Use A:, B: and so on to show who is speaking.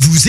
A: Vous